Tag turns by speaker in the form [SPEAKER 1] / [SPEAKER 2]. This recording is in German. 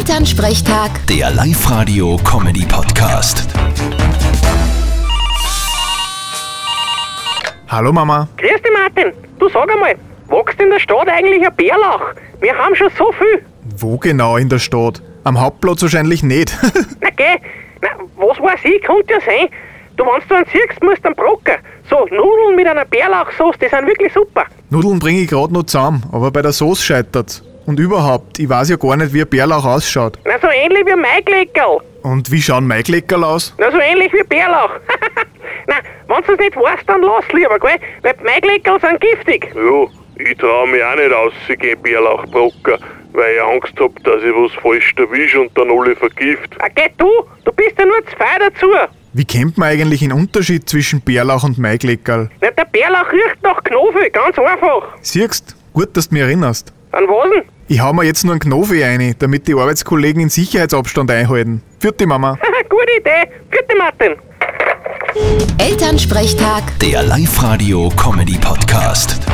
[SPEAKER 1] Elternsprechtag,
[SPEAKER 2] Der Live-Radio-Comedy-Podcast.
[SPEAKER 3] Hallo Mama.
[SPEAKER 4] Grüß dich, Martin. Du sag einmal, wächst in der Stadt eigentlich ein Bärlauch? Wir haben schon so viel.
[SPEAKER 3] Wo genau in der Stadt? Am Hauptplatz wahrscheinlich nicht.
[SPEAKER 4] Na geh, na, was weiß ich, könnte ja sein. Du, wenn du einen siehst, musst du einen Brocken. So, Nudeln mit einer Bärlauchsauce, die sind wirklich super.
[SPEAKER 3] Nudeln bringe ich gerade noch zusammen, aber bei der Sauce scheitert's. Und überhaupt, ich weiß ja gar nicht, wie ein Bärlauch ausschaut.
[SPEAKER 4] Na, so ähnlich wie Maigleckerl.
[SPEAKER 3] Und wie schauen Maigleckerl aus?
[SPEAKER 4] Na, so ähnlich wie Bärlauch. na, wenn du es nicht weißt, dann lass lieber, gell? Weil die Maigleckerl sind giftig.
[SPEAKER 5] Ja, ich traue mich auch nicht rauszugehen, Bärlauchbrocker, weil ich Angst hab, dass ich was falsch erwische und dann alle vergift.
[SPEAKER 4] Na geh du, du bist ja nur zu fein dazu.
[SPEAKER 3] Wie kennt man eigentlich den Unterschied zwischen Bärlauch und Maigleckerl?
[SPEAKER 4] Na, der Bärlauch riecht nach Knofel, ganz einfach.
[SPEAKER 3] Siehst, gut, dass du mich erinnerst.
[SPEAKER 4] An was denn?
[SPEAKER 3] Ich hau mir jetzt nur einen Knofi rein, damit die Arbeitskollegen den Sicherheitsabstand einhalten. Vierte Mama.
[SPEAKER 4] Gute Idee. Gute Martin.
[SPEAKER 1] Elternsprechtag.
[SPEAKER 2] Der Live-Radio-Comedy-Podcast.